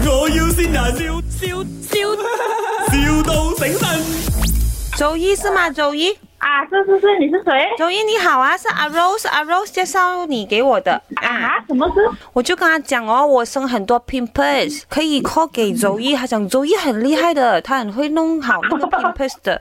先啊，笑笑笑，,笑到醒神。周一是吗？周一，啊，是是是，你是谁？周一你好啊，是阿 Rose，阿 Rose 介绍你给我的啊。啊，什么事？我就跟他讲哦，我生很多 pimples，可以 call 给周一。他讲周一很厉害的，他很会弄好那个 pimples 的。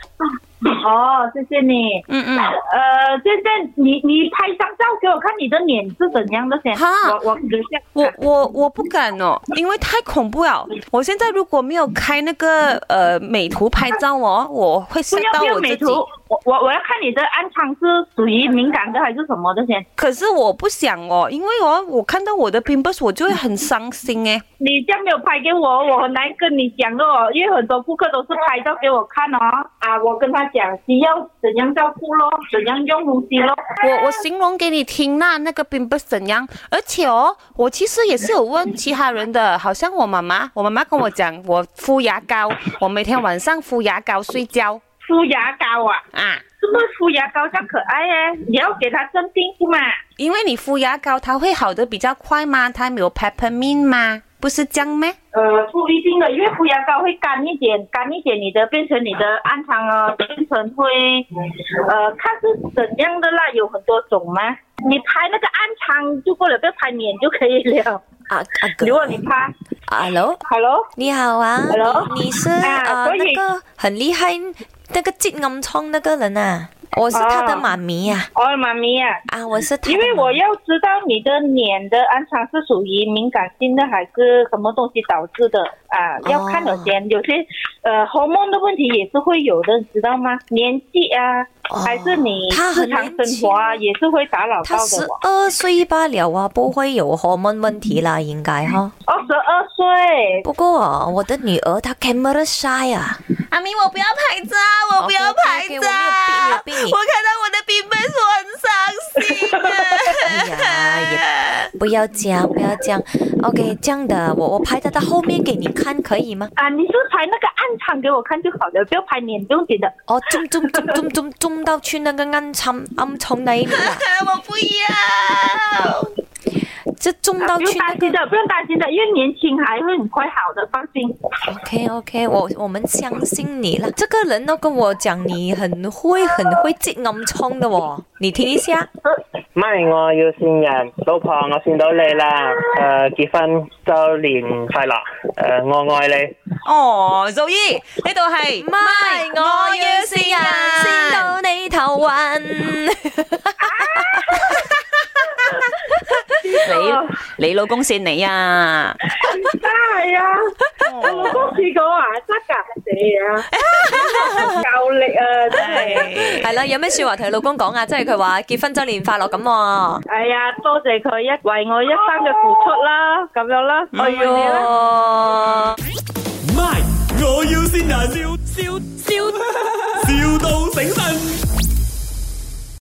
哦，谢谢你。嗯嗯，呃，现在你你拍张照给我看，你的脸是怎样的先？哈我我留下。我我我不敢哦，因为太恐怖了。我现在如果没有开那个呃美图拍照哦，我会吓不要到不要我美自己图。，我我我要看你的暗疮是属于敏感的还是什么的先。可是我不想哦，因为哦，我看到我的 pimples 我就会很伤心诶。你这样没有拍给我，我很难跟你讲的哦，因为很多顾客都是拍照给我看哦。啊，我跟他讲需要怎样照顾咯，怎样用呼吸咯。我我形容给你听啦，那个并不是怎样，而且哦，我其实也是有问其他人的，好像我妈妈，我妈妈跟我讲，我敷牙膏，我每天晚上敷牙膏睡觉敷牙膏啊，啊，是不是敷牙膏这样可爱耶？也要给他镇定是嘛？因为你敷牙膏它会好的比较快嘛，它没有 peppermint 吗？不是这样咩？呃，不一定的，因为敷牙膏会干一点，干一点，你的变成你的暗疮啊，变成会，呃，看是怎样的啦，有很多种嘛。你拍那个暗疮就过了，不要拍脸就可以了。啊啊哥啊如果你拍，Hello， ，Hello，你好啊 Hello 你你是啊啊、所以那个很厉害那个进暗疮那个人啊，我是他的哦妈咪呀、哦，妈咪呀、啊，啊，我是他 的因妈咪，为我要知道你的脸的暗疮是属于敏感性的还是什么东西导致的啊？哦要看有些有些，呃，hormone 的问题也是会有的，你知道吗？年纪啊。哦还是你他日很常年生活啊，轻也是会打扰到他的十哦。二岁罢了啊，不会有荷尔蒙问题啦，应该哈。哦，十二岁，不过、啊、我的女儿她 camera shy 啊，阿明，我不要拍照，我不要拍照 OK，OK，OK，我没有逼你没有逼我看到我的你 pimples 我很伤哎心、呀，也啊。不要这样，不要这样。OK，这样的，我我拍到到后面给你看，可以吗？啊，你就拍那个暗场给我看就好了，不要拍脸，不用紧的。哦，中中中中中中到去那个暗疮暗疮那一里啊， 我不要。这中到啊不用去那担心个。的，不用担心的，因为年轻还会很快好的，放心。 OK OK，我我们相信你了。这个人都跟我讲你很会很会治暗疮的哦，你听一下。咪，我要善人，老婆，我善到你啦！诶、结婚周年快樂！诶、我愛你。哦，周姨呢度系咪，我要是人先到你頭暈。你你老公锡你啊！真系啊，我公试过啊，真噶死啊，够力啊，真系。係啦，有咩说話同你老公講啊？即係佢話結婚周年快樂咁喎。哎呀，多谢佢一为我一生嘅付出啦，咁样啦，我愛你啦。啊哟！咪，我要先人，笑笑笑，,笑到醒神。